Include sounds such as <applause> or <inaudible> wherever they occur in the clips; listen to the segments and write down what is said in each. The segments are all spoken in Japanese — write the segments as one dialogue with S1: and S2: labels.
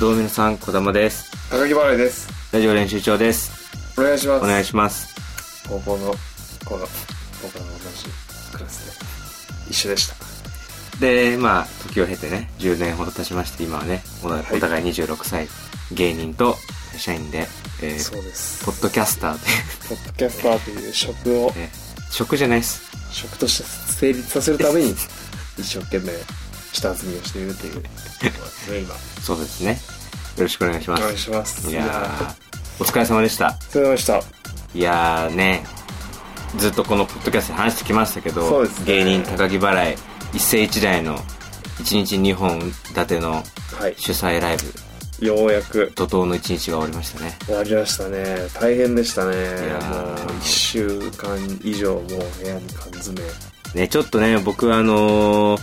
S1: どうも皆さん、こだまです。
S2: 高木払いです。
S1: ラジオ練習長です。
S2: お願いしま
S1: お
S2: す。
S1: 願いします。
S2: 高校の、この、僕らの同じクラスで、一緒でした。
S1: で、まあ、時を経てね、10年ほど経ちまして、今はね、おお互い26歳、芸人と社員で、えー
S2: そうです。
S1: ポッドキャスターで、
S2: ポッドキャスターという
S1: <laughs>
S2: 職を、
S1: ね、職じゃないです。
S2: 職として成立させるために、一生懸命、下積みをしているっていう。そ
S1: <laughs> そ
S2: うですね
S1: うですね。よろしくお願いしま
S2: 今お願い
S1: す。
S2: します。
S1: い
S2: い
S1: や
S2: や
S1: ー、お疲れ様でした。
S2: ー、お疲れ様でした。
S1: いやーね、ずっとこのポッドキャストで話してきましたけど、
S2: そうですね
S1: 芸人高木払い、一世一代の、1日2本立ての
S2: はい。
S1: 主催ライブ、
S2: ようやく、
S1: 怒涛の一日が終わりましたね。
S2: 終わりましたね。大変でしたね。
S1: やー
S2: もう、一週間以上、もう部屋に缶詰。
S1: ね、ちょっとね、僕はあのー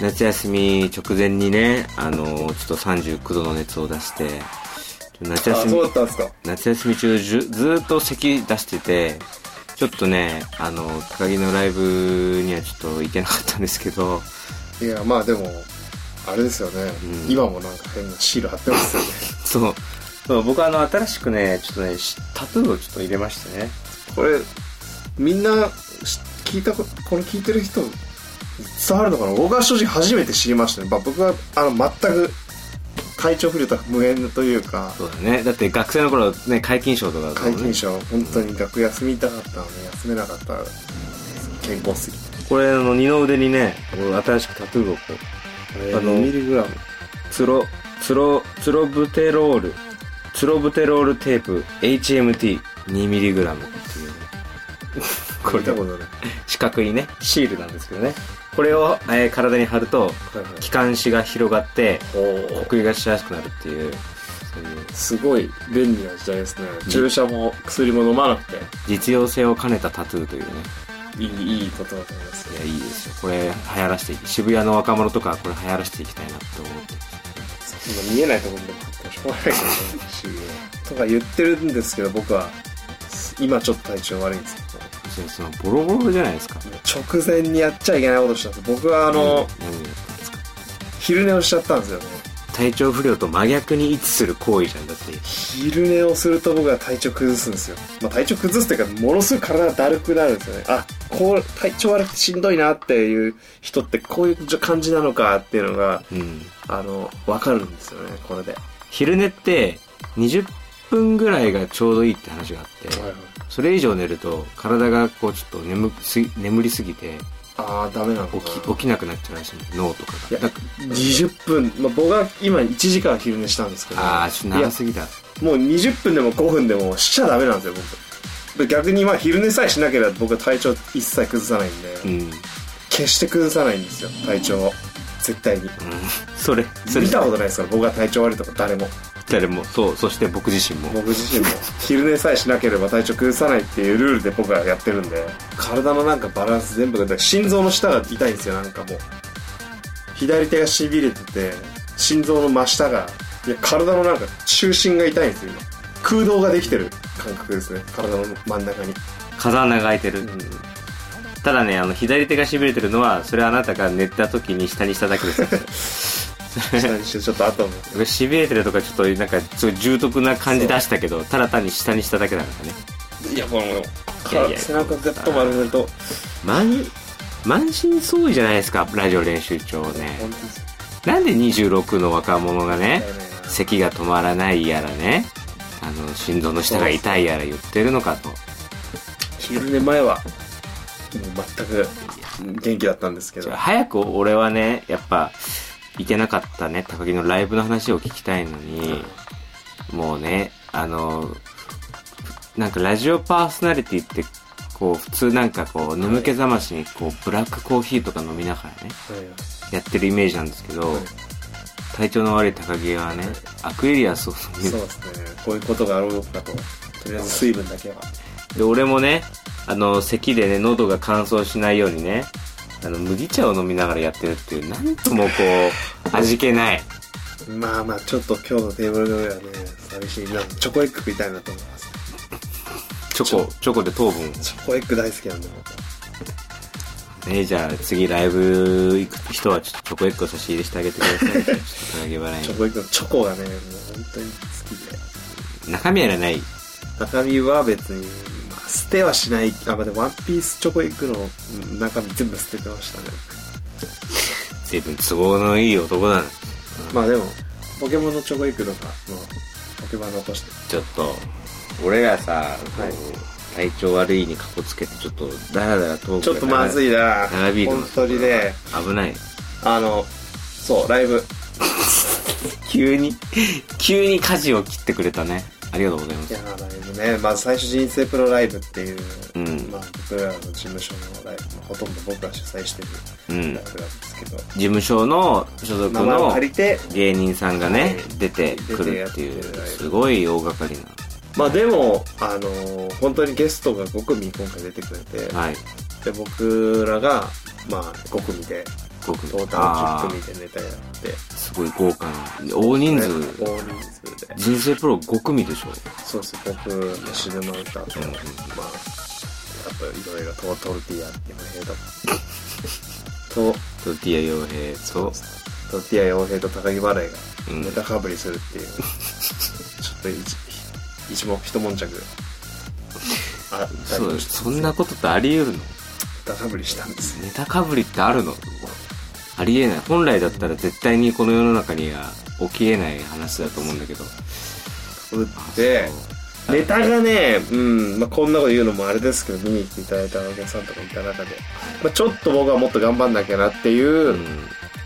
S1: 夏休み直前にね、あのーちょっと39度の熱を出して、夏
S2: あ、
S1: 休み
S2: そうだ、ったんですか。
S1: 夏休み中じゅずーっと咳出してて、ちょっとね、あの、高木のライブにはちょっと行けなかったんですけど、
S2: いやまあでもあれですよね、
S1: うん
S2: 今もなんか変なシール貼ってますよね
S1: そう、そう僕はあの、新しくね、ちょっとね、しタトゥーをちょっと入れましてね。
S2: <laughs> これみんなし聞いたここの聞いてる人伝わるのかな僕は正直初めて知りましたね、まあ、僕はあの全く体調不良とは無縁というか
S1: そうだね。だって学生の頃ね、皆勤賞とかだったも
S2: 皆
S1: んね
S2: 勤。賞本当に学休みたかったのに休めなかった健康すぎて
S1: これあの、二の腕にね、こう新しくタトゥーをこう、
S2: あ
S1: あの
S2: のミリグラム
S1: ツロ、ツロ、ツロブテロール、ツロブテロールテープ HMT2mg っていうね。こ
S2: 見た
S1: れ
S2: ことない
S1: 四角いねシールなんですけどねこれを、えー体に貼ると
S2: はいはい
S1: 気管支が広がって呼
S2: お
S1: 吸がしやすくなるっていうそういう
S2: すごい便利な時代ですね、注射も薬も飲まなくて
S1: 実用性を兼ねたタトゥーというね
S2: いいいいことだと思います
S1: いやいいですよこれ流行らせていき渋谷の若者とかこれ流行らせていきたいなと思って
S2: 今見えないところでもしょうがないけどねとか言ってるんですけど僕は今ちょっと体調悪いんですけ
S1: それそのボロボロじゃないですか
S2: ど直前にやっちゃいけないことしたんです僕はあの、
S1: 何
S2: 昼寝をしちゃったんですよね
S1: 体調不良と真逆に位置する行為じゃんだって
S2: 昼寝をすると僕は体調崩すんですよ、まあ、体調崩すっていうかものすごい体がだるくなるんですよねあこう体調悪くてしんどいなっていう人ってこういう感じなのかっていうのが
S1: うん
S2: あの分かるんですよねこれで、
S1: 昼寝って20分ぐらいがちょうどいいって話があってそれ以上寝ると体がこうちょっと眠すぎ眠りすぎて
S2: ああダメなのか
S1: 起
S2: な
S1: き起きなくなっちゃうらしいんだよ脳とか
S2: い
S1: が
S2: や
S1: だか
S2: 20分、まあ、僕は今1時間昼寝したんですけど
S1: らああちょっと長すぎだ
S2: いやもう20分でも5分でもしちゃダメなんですよ僕逆にまあ昼寝さえしなければ僕は体調一切崩さないんで、
S1: うん、 <laughs> うん、
S2: 決して崩さないんですよ体調を絶対に
S1: それそれ
S2: 見たことないですから僕は体調悪いとか誰も
S1: 誰もそうそして僕自身も
S2: 僕自身も昼寝さえしなければ体調崩さないっていうルールで僕はやってるんで体のなんかバランス全部がだから心臓の下が痛いんですよなんかもう左手がしびれてて心臓の真下がいや体のなんか中心が痛いんですよ今空洞ができてる感覚ですね体の真ん中に、
S1: 風穴が開いてる、
S2: うん、
S1: ただねあの左手がしびれてるのはそれはあなたが寝た時に下にしただけですよ
S2: 下にしてちょっと後も
S1: 僕しびれてるとかちょっとなんかすごい重篤な感じ出したけどただ単に下にしただけだからね
S2: いやこの
S1: やいや
S2: 背中ガッと丸めると
S1: 満満身創痍じゃないですかラジオ練習長ね
S2: 本当ですよ
S1: なんで26の若者がね
S2: だよね
S1: 咳が止まらないやらねあの心臓の下が痛いやら言ってるのかと
S2: 昼寝前はもう全く元気だったんですけど
S1: 早く俺はねやっぱ行けなかったね高木のライブの話を聞きたいのにもうねあのなんかラジオパーソナリティってこう普通なんかこう眠気覚ましにこうブラックコーヒーとか飲みながらねやってるイメージなんですけど、
S2: はい
S1: 体調の悪い高木はねアクエリアスを飲
S2: そ
S1: む
S2: うですね。こういうことがあろうかと。とりあえず水分だけは。
S1: で俺もねあの咳でね喉が乾燥しないようにねあの麦茶を飲みながらやってるっていうなんともこう味気ない
S2: まあまあ、ちょっと今日のテーブルの上はね、寂しいな。チョコエッグ食いたいなと思います。
S1: チョコチョコで糖分
S2: チョコエッグ大好きなんで、
S1: ね、じゃあ次ライブ行く人はちょっとチョコエッグを差し入れしてあげてください。ちょっと高木払い
S2: チ
S1: に
S2: ョコイクのチョコがね、もう本当に好きで。
S1: 中身やらない。
S2: 中身は別に、まあ捨てはしない。あ、まあ、でもワンピースチョコイクのうん中身全部捨ててましたね。
S1: 随分都合のいい男だな。
S2: まあでも、ポケモンのチョコイクとか、もう、ポケモン残して。
S1: ちょっと、俺らさ、こう
S2: はい
S1: 体調悪いにかこつけて、ちょっと、だらだらトーク
S2: ちょっとまず
S1: い。
S2: いな
S1: 長引いて
S2: 本
S1: ます
S2: 当にね、
S1: 危ない。
S2: あの、そう、ライブ。
S1: 急に、急に舵を切ってくれたね。ありがとうございま
S2: い
S1: す
S2: や。ーライブね、まず最初人生プロライブっていう、
S1: うん
S2: まあ僕らの事務所のライブ、まあほとんど僕ら主催してる
S1: う
S2: ライ
S1: ん
S2: ブなんですけど、
S1: 事務所の所属
S2: 名前を
S1: の
S2: 借りて、
S1: 芸人さんがね、
S2: はい
S1: 出てくるってい
S2: 出てやって
S1: う、
S2: る
S1: すごい大掛かり
S2: まあでも、あのー本当にゲストが5組今回出てくれて、
S1: な。はい。
S2: で、僕らが、まあ5組で、
S1: 5組。
S2: トー
S1: あ
S2: タ
S1: ー
S2: ル10組でネタやって、
S1: すごい豪華な。大人数、
S2: 大人数で、
S1: 人生プロ5組でしょ。
S2: そうです、僕、死ぬの歌と、
S1: うんうん
S2: まあ、あといろいろトトルティアっていうの平と、と、
S1: <laughs> トティア洋平と、
S2: トルティア洋平と高木笑いが、
S1: うん
S2: ネタかぶりするっていう、ちょっと一一問一悶着あ
S1: そうそん
S2: ネ
S1: なことってあり得るの
S2: タかぶりしたんですよ
S1: ネタかぶりってあるのありえない。本来だったら絶対にこの世の中には起きえない話だと思うんだけど。
S2: で
S1: そう。
S2: ネタがね、うんまあ、こんなこと言うのもあれですけど見に来ていただいたお客さんとかいた中で、まあ、ちょっと僕はもっと頑張んなきゃなっていううん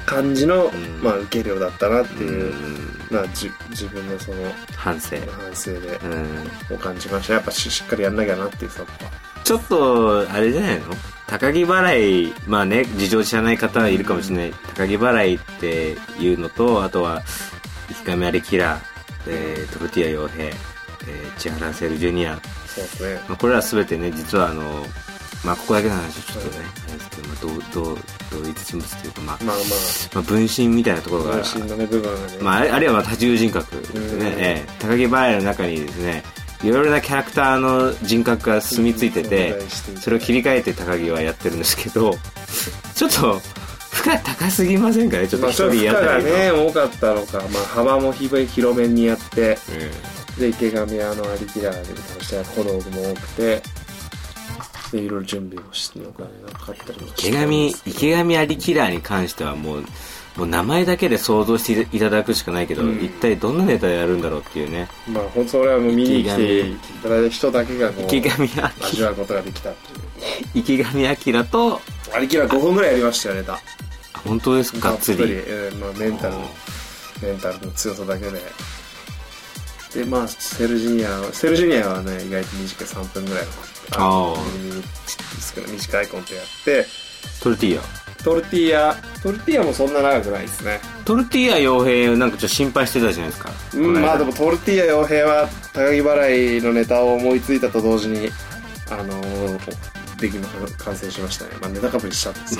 S2: 感じの、
S1: ん
S2: まあ、受け量だったなって
S1: う
S2: いう、
S1: ん。
S2: まあ、じ自分のその
S1: 反省。
S2: 反省で
S1: うん。
S2: を感じましたやっぱししっかりやんなきゃなっていうさやっぱ
S1: ちょっと、あれじゃないの高木払い、まあね、事情知らない方はいるかもしれない。高木払いっていうのと、あとは、生きがみあれキラー、えー、トルティア洋平、えー、千原セルジュニア。
S2: そうですね
S1: まあ、これら全てね、実はあの、まあ、ここだけの話はちょっとね、あれですけど、まあ、同同同一人物というか、まあ、
S2: まあま
S1: まあ、分身みたいなところ
S2: あ
S1: が、
S2: 渾身のね部分がね、
S1: まあ、あれあるいはまあ多重人格です
S2: うん
S1: ね、ええ高木払いの中にですね、いろいろなキャラクターの人格が住みついてて、それを切り替えて高木はやってるんですけど、 <laughs> ちょっと、負荷高すぎませんかねちょっ
S2: ま
S1: と
S2: あ、
S1: 一
S2: そ
S1: 人
S2: れ
S1: やっ
S2: 負荷
S1: た
S2: が
S1: りと
S2: ね多かったのか、まあ、幅も広い広めにやってで池上屋のアリキラーでそして小道具も多くてでいろいろ準備をしてお金がかかったりもして
S1: 池上、池上アリキラーに関してはもう、もう名前だけで想像していただくしかないけど、
S2: うん
S1: 一体どんなネタやるんだろうっていうね。
S2: まあ本当俺はもう見に来ていただいた人だけがこう
S1: 池上ア
S2: 味わうことができたっていう
S1: キ、池上アキラと、
S2: アリキラー5分ぐらいやりましたよネタ
S1: あ本当ですかがっつり。
S2: うんまあ、メンタルのメンタルの強さだけででまあセルジュニアセルジュニアはね意外と短い3分ぐらいの
S1: あー
S2: ミニミニ少ない短いコントやって
S1: トルティーヤ。
S2: トルティーヤトルティーヤもそんな長くないですね
S1: トルティーヤ傭兵なんかちょっと心配してたじゃないですか。
S2: うんまあで
S1: も。
S2: もトルティーヤ洋平は高木払いのネタを思いついたと同時にあのー、できま完成しましたねまあネタかぶりしちゃったんです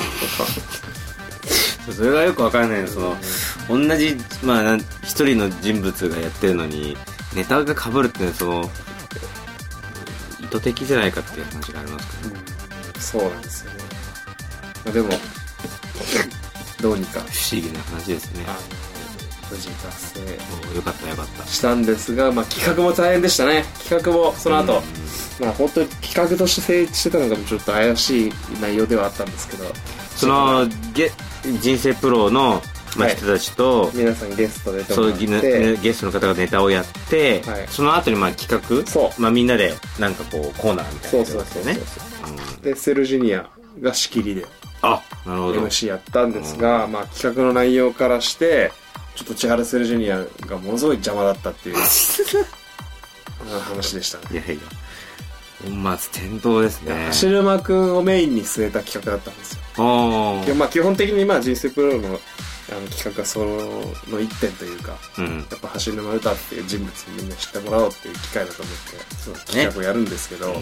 S2: けど
S1: それがよくわからない <laughs> の。その、同じ、まあなん、一人の人物がやってるのに、ネタが被るっていうのはその、意図的じゃないかっていう話がありますからね。
S2: うんそうなんですよね、まあ、でもどうに
S1: 不
S2: か
S1: 思議な話ですね。
S2: あの無事達成
S1: もうよかったよかった。
S2: したんですが、まあ、企画も大変でしたね企画もその後、まあ本当に企画として成立してたのがちょっと怪しい内容ではあったんですけど
S1: その、げ人生プロの、まあ、
S2: はい
S1: 人たちと、
S2: 皆さんにゲストで出て
S1: そ
S2: も
S1: う
S2: ら
S1: い
S2: っ
S1: う
S2: て
S1: ぎなねゲストの方がネタをやって、
S2: はい
S1: その後にまあ企画、
S2: そう
S1: まあ、みんなでなんかこうコーナーみたいな
S2: そ
S1: の
S2: うそう
S1: やって
S2: そう
S1: ま
S2: そ
S1: すよ
S2: う
S1: ね。
S2: でセルジュニアが仕切りで
S1: あ、なるほど。
S2: MC やったんですが、まあ、企画の内容からしてちょっと千原セルジュニアがものすごい邪魔だっ
S1: <laughs>
S2: たっていうあ話でしたね
S1: いやいや。まず転倒ですね。
S2: 走るまくんをメインに据えた企画だったんですよ
S1: あ
S2: いやまあ基本的にまあ人生プロのあの企画がその一点というか
S1: あ。うん。
S2: やっぱ走る歌っていう人物にみんな知ってもらおうっていう機会だと思ってその企画をやるんですけど、
S1: うん
S2: ま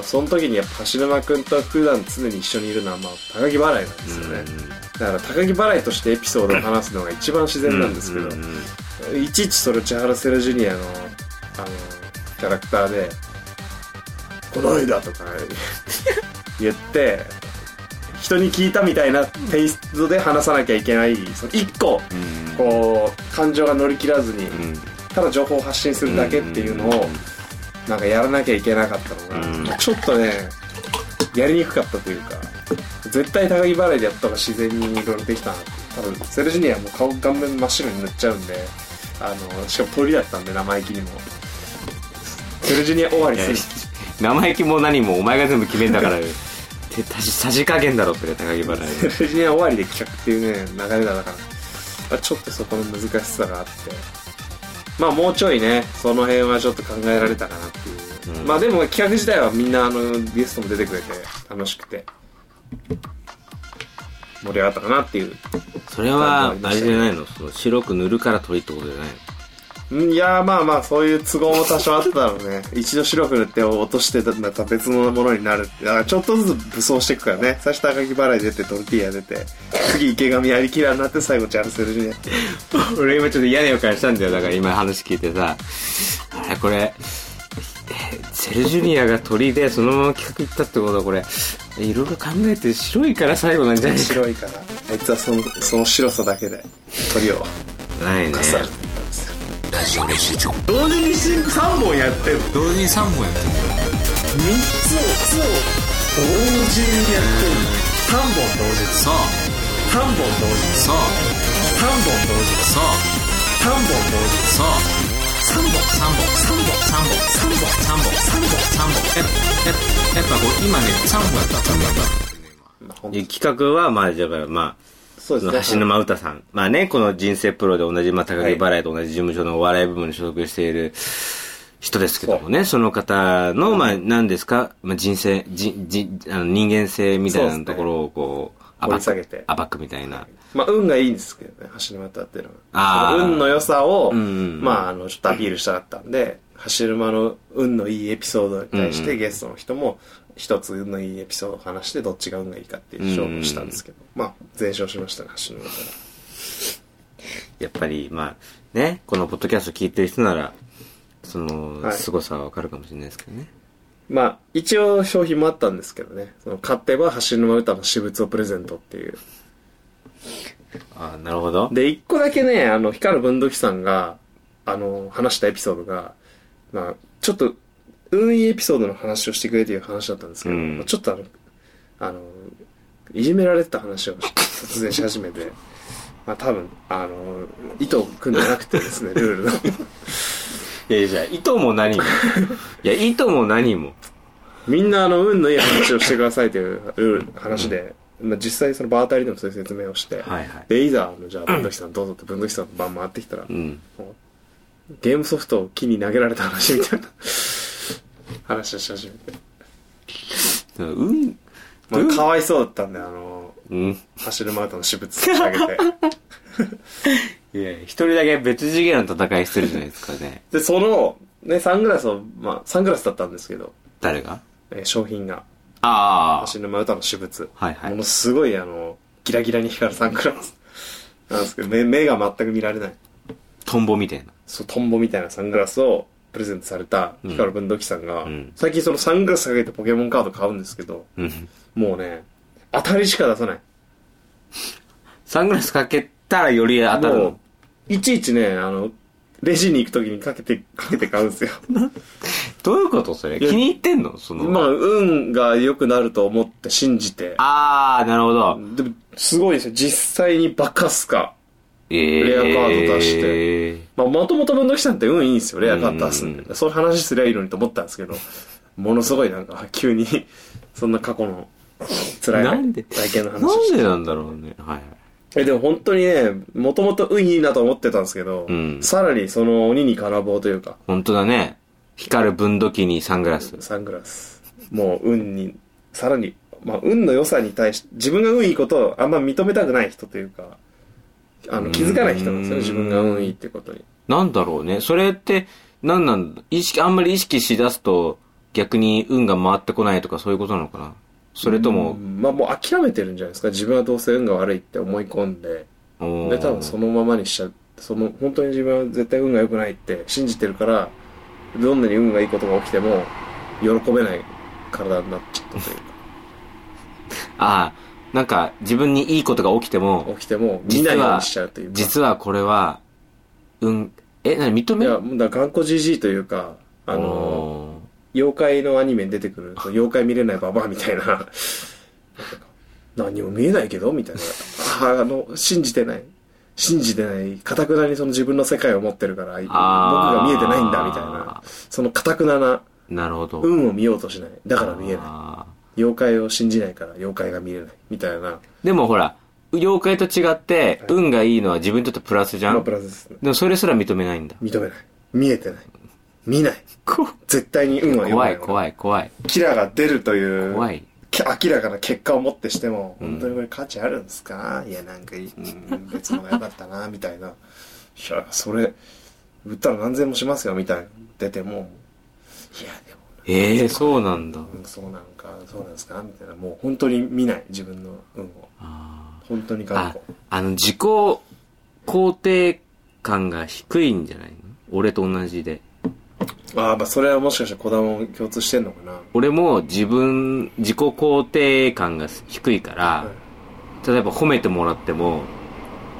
S2: あ、その時にやっぱ橋沼君と普段常に一緒にいるのはまあ高木払いなんですよね、だから高木払いとしてエピソードを話すのが一番自然なんですけど、
S1: ううん
S2: いちいちそれを千原セルジュニアのあのキャラクターで「この間」とか言って人に聞いたみたいなテイストで話さなきゃいけないその一個
S1: うん
S2: こう感情が乗り切らずに
S1: うん
S2: ただ情報を発信するだけっていうのをなんかやらなきゃいけなかったのが、
S1: うん
S2: ちょっとねやりにくかったというか絶対高木払いでやった方が自然にいろいろできたなって多分セルジュニアも顔顔面真っ白に塗っちゃうんであのしかも鳥だったんで生意気にもセルジュニア終わり
S1: いや
S2: す
S1: 生意気も何もお前が全部決めんだから
S2: <laughs>
S1: 手たしさじ加減だろそれ高木払い
S2: セルジュニア終わりで企画っていうね流れだから、まあ、ちょっとそこの難しさがあってまあもうちょいねその辺はちょっと考えられたかなっていう、
S1: うん
S2: まあでも企画自体はみんなあのゲストも出てくれて楽しくて盛り上がったかなっていう
S1: それ
S2: <laughs>
S1: はあれじゃないのその白く塗るから鳥ってことじゃないの
S2: うんいやーまあまあそういう都合も多少あったろうね一度白く塗って落としてたまた別のものになるってだからちょっとずつ武装していくからね最初高木払い出てトルティーヤ出て次池上やりきらになって最後チャルセルジュニアって
S1: <laughs> 俺今ちょっと嫌な予感したんだよだから今話聞いてさあれこれえセルジュニアが鳥でそのまま企画行ったってことはこれいろいろ考えて白いから最後なんじゃないか
S2: 白いからあいつはそのその白さだけで鳥を重
S1: ないね
S2: ねるってたんですよ
S3: ラジオ練習場
S2: 同時に3本やってる3
S3: 同時に3本やってる
S2: つを同時にやってる3本同時
S3: そう
S2: 3本同時
S3: そう
S2: 3本同時
S3: そう
S2: 3本同時
S3: そう3本3本3本3本3本3本3本3本やっぱやっぱこう今ね3本やった3本やっ
S1: 企画はまあだからまあ
S2: そう
S1: そ
S2: で
S1: の
S2: す
S1: 橋
S2: ね
S1: 沼歌さん。まあね、この人生プロで同じ、まあ、高木払いと同じ事務所のお笑い部分に所属している人ですけどもね、その方の、まあ、何ですか、まあ、人生、じ、じ、あの人間性みたい
S2: そうで
S1: な
S2: すね
S1: ところをこう、
S2: 掘り下げて
S1: 暴くみたいな。
S2: まあ運がいいんですけどね橋沼とやってるの
S1: あー
S2: はその運の良さを、
S1: うんうん
S2: まああのちょっとアピールしたかったんで橋沼の運のいいエピソードに対し
S1: うんう
S2: てゲストの人も一つ運のいいエピソードを話してどっちが運がいいかっていう勝負をしたんですけど、まあ全勝しましたね橋沼から。
S1: やっぱり、まあ、ね、このポッドキャスト聞いてる人なら、その、
S2: はい
S1: 凄さはわかるかもしれないですけどね。
S2: まあ、一応商品もあったんですけどね。その勝てば橋沼歌の私物をプレゼントっていう。
S1: ああ、なるほど。
S2: で、一個だけね、あの、光る文土器さんが、あの、話したエピソードが、まあ、ちょっと、運営エピソードの話をしてくれという話だったんですけど、
S1: うん
S2: ちょっとあの、あの、いじめられてた話を突然し始めて、まあ多分、あの、意図を組んでなくてですね、ルールの。
S1: <laughs> いやいや、じゃあ意図も何
S2: <laughs>
S1: も。いや、意図も何も。
S2: みんなあの運のいい話をしてくださいというルール話で、まあ、実際その場当たりでもそういう説明をして、
S1: はいはい
S2: でいざあのじゃあ文土器さんどうぞって文土器さんの番回ってきたら、
S1: うん。
S2: もうゲームソフトを木に投げられた話みたいな話をし始めて、
S1: うん。
S2: まあ、かわいそうだったんであの
S1: うん。
S2: 走るマウトの私物差し上げて
S1: いや、一人だけ別次元の戦いしてるじゃないですかね。
S2: でその、ね、サングラスを、まあ、サングラスだったんですけど、
S1: 誰が
S2: えー商品が
S1: あ
S2: 橋沼歌の私物、
S1: はいはい
S2: ものすごいあのギラギラに光るサングラスなんですけど目目が全く見られない
S1: トンボみたいな。
S2: そうトンボみたいなサングラスをプレゼントされた
S1: うん
S2: ヒカル文土器さんが、
S1: うん
S2: 最近そのサングラスかけてポケモンカード買うんですけど、
S1: うん。
S2: もうね、当たりしか出さない。
S1: サングラスかけたらより当たる
S2: も
S1: の。
S2: う、いちいちね、あの、レジに行くときにかけて、 <laughs> かけて買うんですよ。
S1: どういうことそれ
S2: いや
S1: 気に入ってんのその。
S2: まあ、運が良くなると思って信じて。
S1: あー、なるほど。
S2: でも、すごいですよ。実際にバカすか。
S1: えー
S2: レアカード出して。まあ、もともと文土器さんって運いいんですよ。レアカード出すん
S1: う
S2: で。そういう話すりゃいいのにと思ったんですけど、ものすごいなんか、急に、 <laughs> そんな過去の辛い
S1: なんで、
S2: 体験の話
S1: なん
S2: して
S1: でなんだろうね。はいはい。
S2: え、でも本当にね、もともと運いいなと思ってたんですけど、
S1: うん
S2: さらにその鬼に金棒というか、
S1: 本当だね。光る分度器にサングラス。
S2: サングラス。もう運に、さらに、まあ運の良さに対して、自分が運いいことをあんま認めたくない人というか、あの、気づかない人なんですよね、自分が運いいってことに。
S1: なんだろうね。それって、なんなんだ意識、あんまり意識しだすと、逆に運が回ってこないとかそういうことなのかなそれと
S2: う
S1: も、
S2: んまあもう諦めてるんじゃないですか、自分はどうせ運が悪いって思い込んで、
S1: おー
S2: で、多分そのままにしちゃって、その、本当に自分は絶対運が良くないって信じてるから、どんなに運がいいことが起きても、喜べない体になっちゃったというか。
S1: ああ、なんか自分にいいことが起きても、
S2: 起きても見
S1: 実
S2: ないよう
S1: は
S2: にしちゃうという、か
S1: 実はこれは、うん、え、なに認
S2: い
S1: め
S2: やもうだから頑固じじいというかあの
S1: おー
S2: 妖怪のアニメに出てくる妖怪見れないババアみたいななんか何も見えないけどみたいなああの信じてない信じてないかたくなにその自分の世界を持ってるから僕
S1: あー
S2: が見えてないんだみたいなそのかたくなな
S1: なるほど。
S2: 運を見ようとしないだから見えな
S1: あー
S2: い妖怪を信じないから妖怪が見れないみたいな
S1: でもほら、妖怪と違って、運がいいのは自分にとってプラスじゃ
S2: あの
S1: ん
S2: プラスですね
S1: でもそれすら認めないんだ。
S2: 認めない見えてない見ない絶対に運は読ま
S1: 怖
S2: ない
S1: い怖い怖い。
S2: キラが出るという
S1: 怖い
S2: き <laughs> 明らかな結果をもってしても、本当にこれ価値あるんですかいやなんか、うん、別の方が良かったな <laughs> みたいないやそれ売ったら何千もしますよみたいな出てもいやでも
S1: ええー、そうなんだ。
S2: うんそうなんかそうなんですかみたいなもう本当に見ない自分の運を本当に頑
S1: あ
S2: 固、
S1: あの、自己肯定感が低いんじゃないの俺と同じで。
S2: ああまあそれはもしかしたら児玉も共通してんのかな
S1: 俺も自分、自己肯定感が低いから、例えば褒めてもらっても、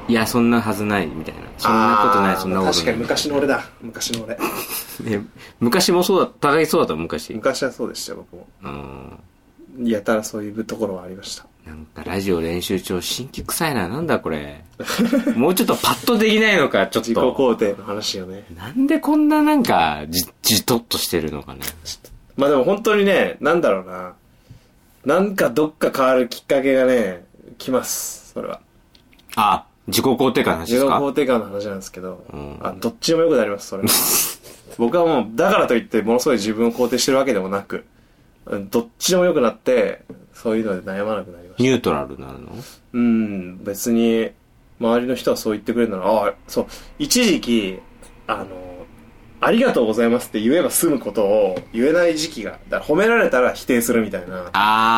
S1: いや、そんなはずない、みたいな。そんなことない、
S2: あー
S1: そんなことない。
S2: 確かに昔の俺だ昔
S1: <laughs>
S2: の俺
S1: ね昔もそうだ、互いそうだったもん昔。
S2: 昔はそうでしたよ僕も
S1: うん。
S2: やたらそういうところはありました
S1: なんかラジオ練習中、新規臭いな、なんだこれ。もうちょっとパッとできないのか、ちょっ
S2: 自己
S1: と。
S2: 肯定の話よね
S1: なんでこんななんか、じ、じとっとしてるのかね。
S2: まあでも本当にねなんだろうななんかどっか変わるきっかけがね来ますそれは
S1: あ、自己肯定感の話
S2: 自
S1: で
S2: 己
S1: す
S2: 肯
S1: か
S2: 定感の話なんですけど、
S1: ん
S2: あどっちでもよくなります
S1: <laughs>
S2: それは僕はもうだからといってものすごい自分を肯定してるわけでもなくうんどっちでもよくなってそういうので悩まなくなりました
S1: ニュートラルになるの
S2: うん、別に、周りの人はそう言ってくれるなら、ああ、そう、一時期、あの、ありがとうございますって言えば済むことを言えない時期が、だから褒められたら否定するみたいな。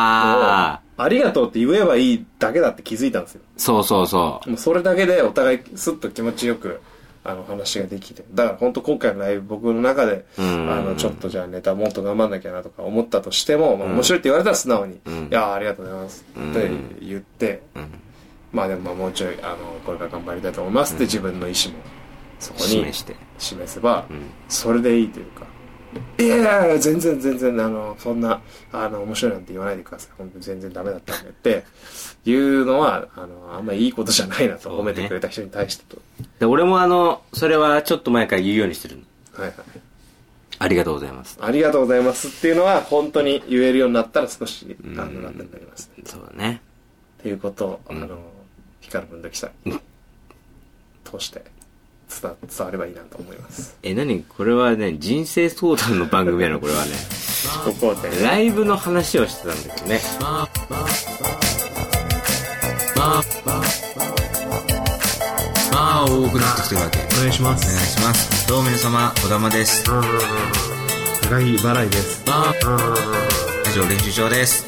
S1: あー、
S2: ありがとうって言えばいいだけだって気づいたんですよ。
S1: そうそうそう。
S2: もうそれだけでお互いスッと気持ちよく、あの話ができて。だから本当今回のライブ僕の中で、あ
S1: ん
S2: の、ちょっとじゃあネタもっと頑張んなきゃなとか思ったとしても、まあ、面白いって言われたら素直に、いやーありがとうございますって言って、まあでもまあもうちょい、あの、これから頑張りたいと思いますって自分の意思も、そこに
S1: 示して。
S2: 示せば、それでいいというか、いやいやいや全然全然、あの、そんな、あの、面白いなんて言わないでください。本当に全然ダメだったんでって、いうのは、あの、あんまりいいことじゃないなと、
S1: そうね
S2: 褒めてくれた人に対してと。
S1: で、俺もあの、それはちょっと前から言うようにしてるの。
S2: はいはい。
S1: ありがとうございます。
S2: ありがとうございますっていうのは、本当に言えるようになったら少し、あの、楽になりますね。
S1: そうだね。
S2: っていうことを、あの、ヒカル文読さん、通して伝わ、伝わればいいなと思います。
S1: え、何これはね、人生相談の番組なのこれはね。
S2: ここで。
S1: ライブの話をしてたんだけどね。
S3: まあ多くなってきてるわけお願いしますお願いしますどうも皆様小玉です高木払いですラジオ練習場です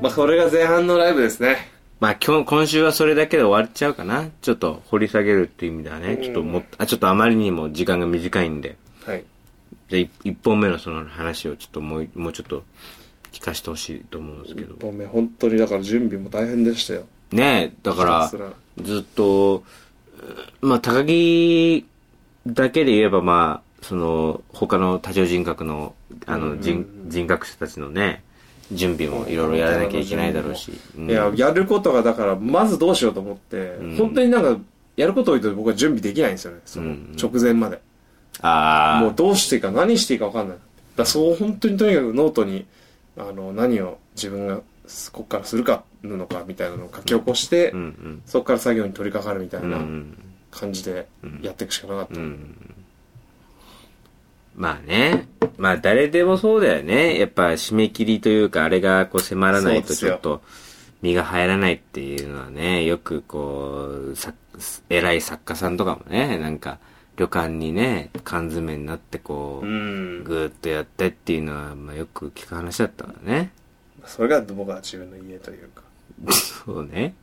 S2: まあ、これが前半のライブですね。
S1: まあ今日、今週はそれだけで終わっちゃうかな。ちょっと掘り下げるっていう意味ではね。ちょっともっあ、ちょっとあまりにも時間が短いんで。
S2: はい。
S1: じゃあい一本目のその話をちょっともう、もうちょっと聞かせてほしいと思うんですけど。
S2: ごめん、本当にだから準備も大変でしたよ。
S1: ねえ、だ
S2: ひたすら
S1: から、ずっと、うんまあ高木だけで言えばまあ、その、他の多重人格の、あの、人、人格者たちのね、準備もいろいろやらなきゃいけないだろうし。うん
S2: いや、やることがだから、まずどうしようと思って、本当になんか、やることを言うと僕は準備できないんですよね。その直前まで。
S1: ああ。
S2: もうどうしていいか何していいか分かんない。だからそう本当にとにかくノートに、あの、何を自分がここからするか、なのかみたいなのを書き起こして、
S1: ん
S2: そこから作業に取り掛かるみたいな
S1: うん
S2: 感じでやっていくしかなかった。
S1: まあね。まあ誰でもそうだよね。やっぱ締め切りというか、あれがこう迫らない
S2: そうで
S1: と
S2: す
S1: ちょ
S2: よ
S1: っと身が入らないっていうのはね、よくこう、さ偉い作家さんとかもね、なんか旅館にね、缶詰になってこう、
S2: うん
S1: ぐーっとやってっていうのは、まあよく聞く話だったからね。 <laughs>
S2: それが僕は自分の家というか。
S1: そうね。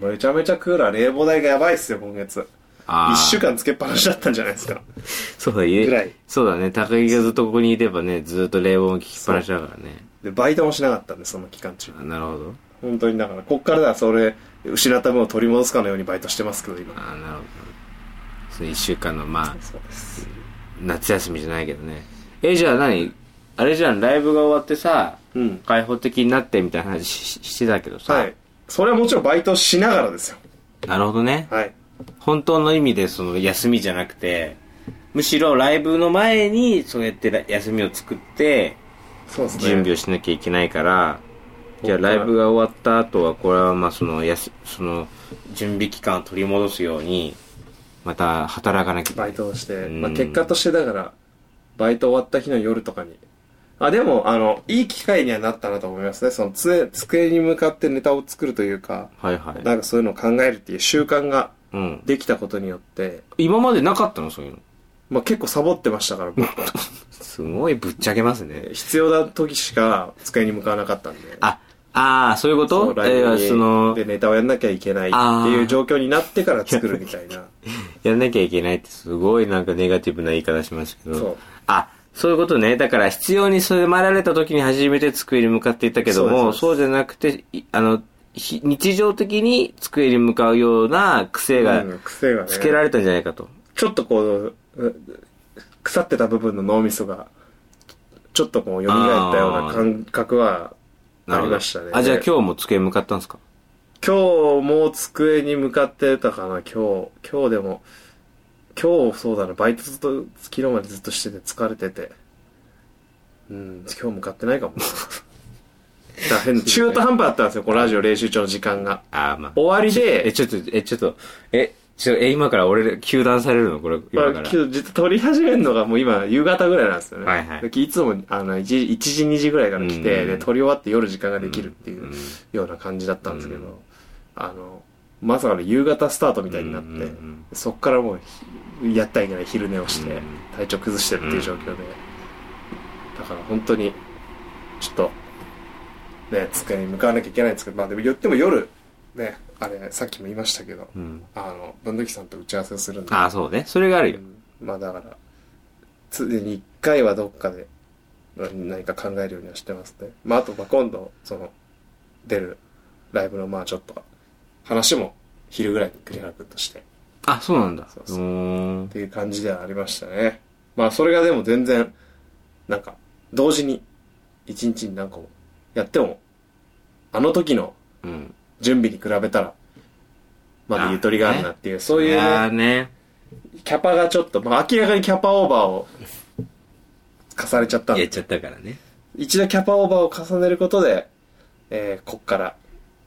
S2: めちゃめちゃクーラー冷房代がやばいっすよ、今月。
S1: あー
S2: 1週間つけっぱなしだったんじゃないですか。
S1: そうだね。
S2: ぐらい
S1: そうだね。高木がずっとここにいればね、ずっと冷房も聞きっぱなしだからね。
S2: で、バイトもしなかったんで、その期間中。
S1: あなるほど。
S2: 本当にだから、こっからだ、それ、失った分を取り戻すかのようにバイトしてますけど、今。
S1: あなるほど。その一週間の、まあ、
S2: そうです。
S1: 夏休みじゃないけどね。え、じゃあ何あれじゃん、ライブが終わってさ、
S2: うん
S1: 開放的になってみたいな話しししてたけどさ。
S2: はい。それはもちろんバイトしながらですよ。
S1: なるほどね。
S2: はい。
S1: 本当の意味でその休みじゃなくて、むしろライブの前にそうやってら休みを作って
S2: そうですね。
S1: 準備をしなきゃいけないから、じゃあライブが終わった後はこれはまあそのやすその準備期間を取り戻すようにまた働かなきゃいけな
S2: バ
S1: い
S2: イトをして、
S1: うん
S2: まあ、結果としてだからバイト終わった日の夜とかにあでもあのいい機会にはなったなと思いますねその机机に向かってネタを作るというか
S1: はいは
S2: ないんかそういうのを考えるっていう習慣が
S1: うん
S2: できたことによって、
S1: 今までなかったのそういうの
S2: まあ、結構サボってましたから僕
S1: すごいぶっちゃけますね
S2: 必要な時しか机に向かわなかったんで
S1: あああそういうこ
S2: そ
S1: と
S2: うライ
S1: え
S2: ブ
S1: ー
S2: に
S1: その
S2: でネタをやんなきゃいけないっていう状況になってから作るみたいな
S1: やんなきゃいけないってすごいなんかネガティブな言い方しましたけど。
S2: そう
S1: あ、そういうことね。だから必要に迫られた時に初めて机に向かっていったけども、そ
S2: そう
S1: じゃなくて、いあの、ひ日常的に机に向かうような癖が
S2: うん癖がね
S1: つけられたんじゃないかと。
S2: ちょっとこうう、腐ってた部分の脳みそが、ちょっとこう、蘇ったような感覚はありましたね。
S1: あ、じゃあ
S2: 日。
S1: 今日も机に向かったんですか
S2: 今日も机に向かってたかな、今日。今日でも、今日そうだな、バイトずっと、昨日までずっとしてて疲れてて。うん、今日向かってないかもな。だ変な中途半端だったんですよ、こうラジオ練習中の時間が。
S1: あーまあ。
S2: 終わりで、
S1: え、ちょっと、え、ちょっと、え、ちょ、え、今から俺、球団されるのこれ、
S2: まあ、
S1: 今か
S2: 今
S1: ら。
S2: 日実は撮り始めるのがもう今夕方ぐらいなんですよね。
S1: はいはい
S2: でいつもあの 1, 時1時2時ぐらいから来
S1: う
S2: て、
S1: ん
S2: で撮り終わって夜時間ができるっていううんような感じだったんですけど、
S1: うん
S2: あのまさかの夕方スタートみたいになって、
S1: うんうん
S2: そっからもうひやったらいけない昼寝をして、
S1: うん
S2: 体調崩してるっていう状況で、だから本当にちょっとね机に向かわなきゃいけないんですけどまあでも言っても夜ねあれさっきも言いましたけど、
S1: うん。
S2: あの文土器さんと打ち合わせをするんで
S1: あーそうね。それがあるよ。
S2: まあだから常に一回はどっかでうん何か考えるようにはしてますねまああとまあ今度その出るライブのまあちょっと話も昼ぐらいに栗原君としてっ
S1: あ、そうなんだ。
S2: そうそう
S1: ーん
S2: ていう感じではありましたねまあそれがでも全然なんか同時に一日に何個もやってもあの時の
S1: うん。
S2: 準備に比べたらまだゆとりがあるなっていう、そういう、
S1: い
S2: ね、
S1: やーね。
S2: キャパがちょっと、まあ、明らかにキャパオーバーを重ねちゃったん
S1: や
S2: で
S1: っちゃったからね。
S2: 一度キャパオーバーを重ねることで、えーこっから、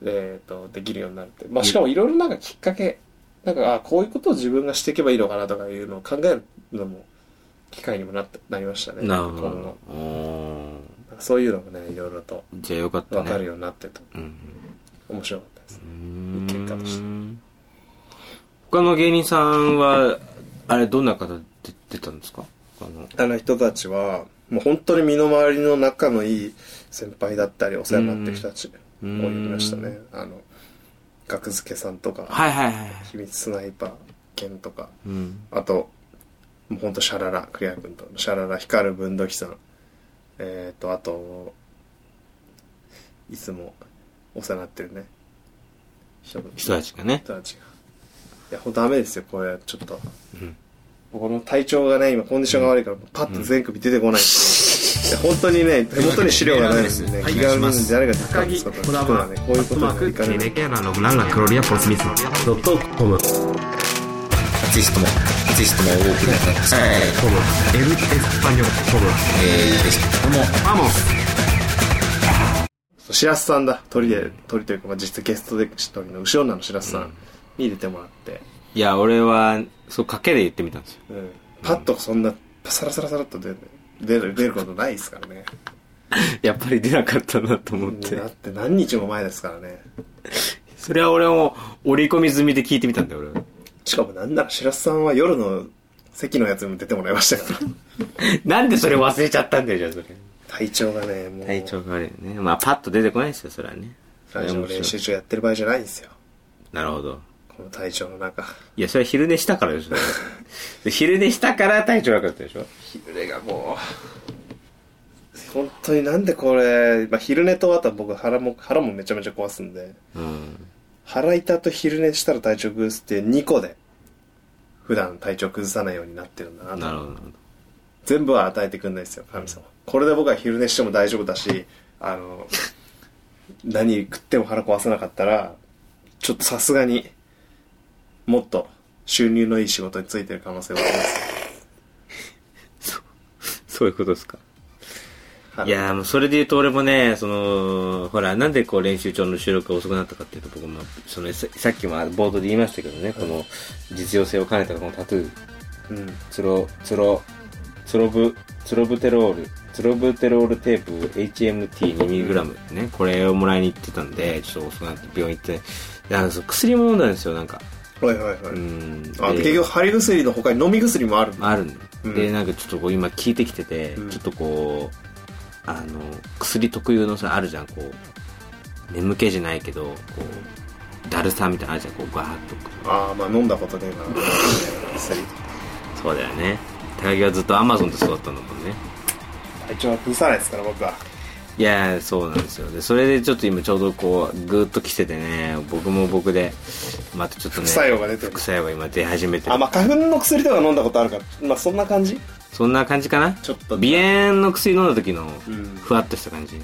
S2: えー、とできるようになるって、まあ、しかもいろいろなんかきっかけなんかあこういうことを自分がしていけばいいのかなとかいうのを考えるのも機会にもなったなりましたね
S1: なるほ
S2: 今後
S1: ど。お
S2: なんかそういうのもねいろいろと
S1: ーじゃあよかったね。
S2: 分かるようになってと、
S1: うん。
S2: 面白かったです
S1: うん。
S2: 結果として
S1: 他の芸人さんは、あれ、どんな方で出たんですか他の。
S2: あの人たちはもう本当に身の回りの仲のいい先輩だったりお世話になってる人たちを呼
S1: うん
S2: びましたねあの学付けさんとか、
S1: はいはいはい。
S2: 秘密スナイパー剣とか
S1: うん。
S2: あともうほんとシャララ栗原君とシャララ光る文土器さんえっ、ー、とあといつもお世話になってるね人
S1: 人たちがね。
S2: 人たちがいやほんとダメですよこれちょっと
S1: うん。
S2: 僕の体調がね今コンディションが悪いからパッと全首出てこないんですよ、いや本当にね手元に資料がないんですね
S1: はい
S2: 気軽に誰が使ったんですかとかはねこういうことにはいかない
S1: ケアナのグランラクロリアポスミスドットコム。
S3: チストも、アチストも多くなった。はい。
S1: コム。エルエスパニョコム。
S3: えー、でした。どうも。
S1: アモ
S2: しらすさんだ鳥で鳥というか、まあ、実質ゲストで鳥の後ろ女のしらすさんに出てもらって、
S1: いや、俺は、そう、賭けで言ってみたんですよ。
S2: うんパッとそんなサラサラサラっと出る出る出ることないですからね
S1: <laughs> <laughs> やっぱり出なかったなと思っ
S2: うん
S1: て
S2: だ。って何日も前ですからね
S1: それは俺も折り込み済みで聞いてみたんだよ、俺は。
S2: しかもなんならしらすさんは夜の席のやつにも出てもらいました
S1: <laughs>
S2: よ
S1: <laughs> なんでそれ忘れちゃったんだよ、じゃあそれ。
S2: 体調がねもう
S1: 体調が悪いよね。まあ、パッと出てこないですよ、それはね。
S2: ラジオ練習中やってる場合じゃないんですよ
S1: なるほど。
S2: この体調の中
S1: いや、それは昼寝したからでしょ。 <laughs> で昼寝したから体調悪かったでしょ。
S2: 昼寝がもう本当になんでこれ、まあ、昼寝とあとは僕腹も腹もめちゃめちゃ壊すんで
S1: うん。
S2: 腹痛と昼寝したら体調崩すっていう2個で普段体調崩さないようになってるんだなと
S1: なるほど。
S2: 全部は与えてくんないですよ神様これで僕は昼寝しても大丈夫だしあの <laughs> 何食っても腹壊さなかったらちょっとさすがにもっと収入のいい仕事についてる可能性はあります
S1: そういうことですか。
S2: はい
S1: いやーもうそれで言うと俺もね、その、ほら、なんでこう練習帳の収録が遅くなったかっていうと、僕も、そのささっきも冒頭で言いましたけどね、この実用性を兼ねたこのタトゥー、
S2: うん
S1: つろ、つろ、つろぶ、つろぶテロール、つろぶテロールテープ HMT2mg ね、これをもらいに行ってたんで、ちょっと遅くなって病院行って、であのそう薬も飲んだんですよ、なんか。
S2: はいはいはい、
S1: うん。
S2: あ
S1: で
S2: 結局貼り薬の他に飲み薬もある
S1: あるんで、
S2: うん
S1: でなんかちょっとこう今聞いてきてて、
S2: うん
S1: ちょっとこうあの薬特有のさあるじゃんこう眠気じゃないけどこうだるさみたいなのあるじゃんこうガーッと
S2: ああまあ飲んだことねえな薬
S1: そうだよね高木はずっとアマゾンで育ったんだもんね
S2: 体調は崩さないですから僕はい
S1: やーそうなんですよでそれでちょっと今ちょうどこうグーッと来ててね僕も僕でまたちょっとね
S2: 副作用が出てる
S1: 副作用が今出始めてる
S2: あまあ花粉の薬とか飲んだことあるからまあそんな感じ
S1: そんな感じかな
S2: ちょっと
S1: 鼻炎の薬飲んだ時の
S2: うん
S1: ふわっとした感じね、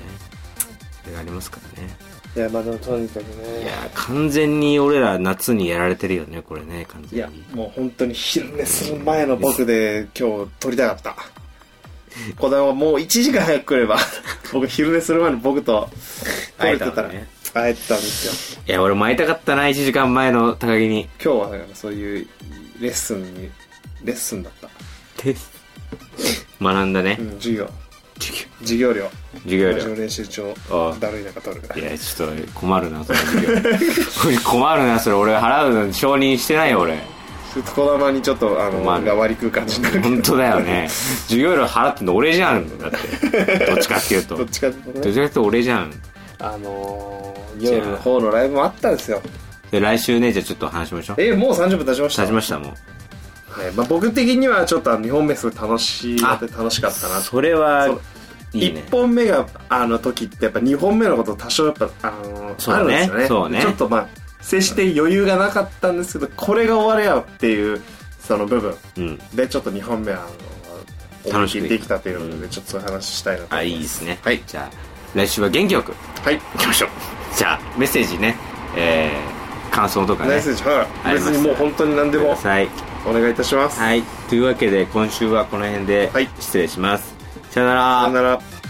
S1: それがありますからね
S2: いやまあでもとにかく
S1: い
S2: ね
S1: やー完全に俺ら夏にやられてるよねこれね完
S2: いや
S1: 全に
S2: もう本当に昼寝する前の僕で今日撮りたかったこだはもう1時間早く来
S1: <laughs>
S2: れば僕昼寝する前の僕と撮れてたら
S1: 会えたのね
S2: 会えてたんですよ
S1: いや俺も会いたかったな1時間前の高木に <laughs>
S2: 今日はだからそういうレッスンにレッスンだった、
S1: て学んだね、
S2: うん、授業
S1: 授業
S2: 授業料
S1: 授業
S2: ラジオ
S1: 料
S2: 練習帳
S1: ああ
S2: だるい中撮るから
S1: いやちょっと困るなそれ授業 <laughs> 俺困るなそれ俺払うの承認してないよ俺
S2: ちょっと小玉にちょっとあの
S1: 困る
S2: が割り食う感じになるけど
S1: 本当だよね授業料払ってんの俺じゃんだってどっちかっていうとど
S2: どっ
S1: っ
S2: ちかっていうと
S1: ち
S2: ね
S1: かって俺じゃん
S2: あのー、
S1: じゃあ
S2: 夜の方のライブもあったんですよ
S1: で来週ねじゃあちょっと話しましょう
S2: えもう30分経ちました
S1: 経ちましたもう
S2: ねまあ、僕的にはちょっと2本目すごい楽しい
S1: あ
S2: で楽しかったなって
S1: それは
S2: そう
S1: いいね
S2: 1本目があの時ってやっぱ2本目のこと多少やっぱあの
S1: そう
S2: あ
S1: だ
S2: るん
S1: ね
S2: ですよね
S1: そうね
S2: ちょっとまあ接して余裕がなかったんですけどこれが終われよっていうその部分
S1: うん
S2: でちょっと2本目はあの
S1: 楽しく
S2: 思いっきりできたというのでちょっとそういう話したいなと
S1: あ
S2: 思
S1: いい
S2: ま
S1: ですね
S2: はい
S1: じゃあ来週は元気よく
S2: はい
S1: いきましょうじゃあメッセージねえー、感想とか
S2: ナ
S1: ね
S2: イスですはい
S1: あり
S2: 別
S1: ます
S2: にもう本当に何で
S1: く
S2: も
S1: ださい
S2: お願いいたします、
S1: はいというわけで今週はこの辺で
S2: はい
S1: 失礼します、さよなら
S2: さよなら